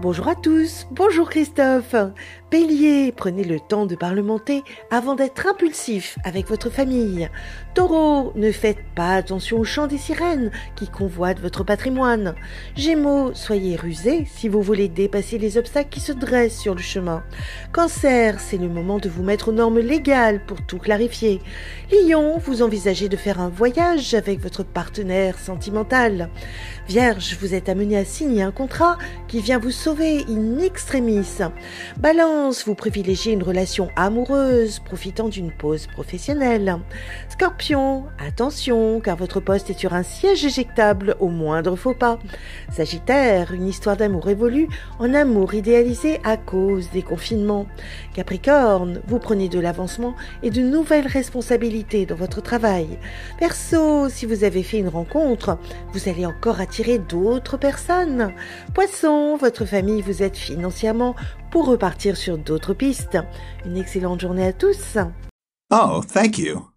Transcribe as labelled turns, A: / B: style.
A: Bonjour à tous, bonjour Christophe. Bélier, prenez le temps de parlementer avant d'être impulsif avec votre famille. Taureau, ne faites pas attention au chant des sirènes qui convoitent votre patrimoine. Gémeaux, soyez rusés si vous voulez dépasser les obstacles qui se dressent sur le chemin. Cancer, c'est le moment de vous mettre aux normes légales pour tout clarifier. Lion, vous envisagez de faire un voyage avec votre partenaire sentimental. Vierge, vous êtes amené à signer un contrat qui vient vous sauver in extremis. Balance, vous privilégiez une relation amoureuse, profitant d'une pause professionnelle. Scorpion, attention, car votre poste est sur un siège éjectable au moindre faux pas. Sagittaire, une histoire d'amour évolue en amour idéalisé à cause des confinements. Capricorne, vous prenez de l'avancement et de nouvelles responsabilités dans votre travail. Verseau, si vous avez fait une rencontre, vous allez encore attirer d'autres personnes. Poisson, votre famille vous aide financièrement pour repartir sur d'autres pistes. Une excellente journée à tous.
B: Oh, thank you.